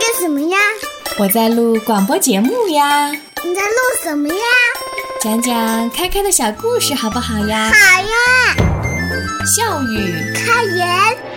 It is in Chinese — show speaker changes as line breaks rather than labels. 干什么呀？
我在录广播节目呀，
你在录什么呀？
讲讲开开的小故事好不好呀？
好呀，
笑语
哎开言。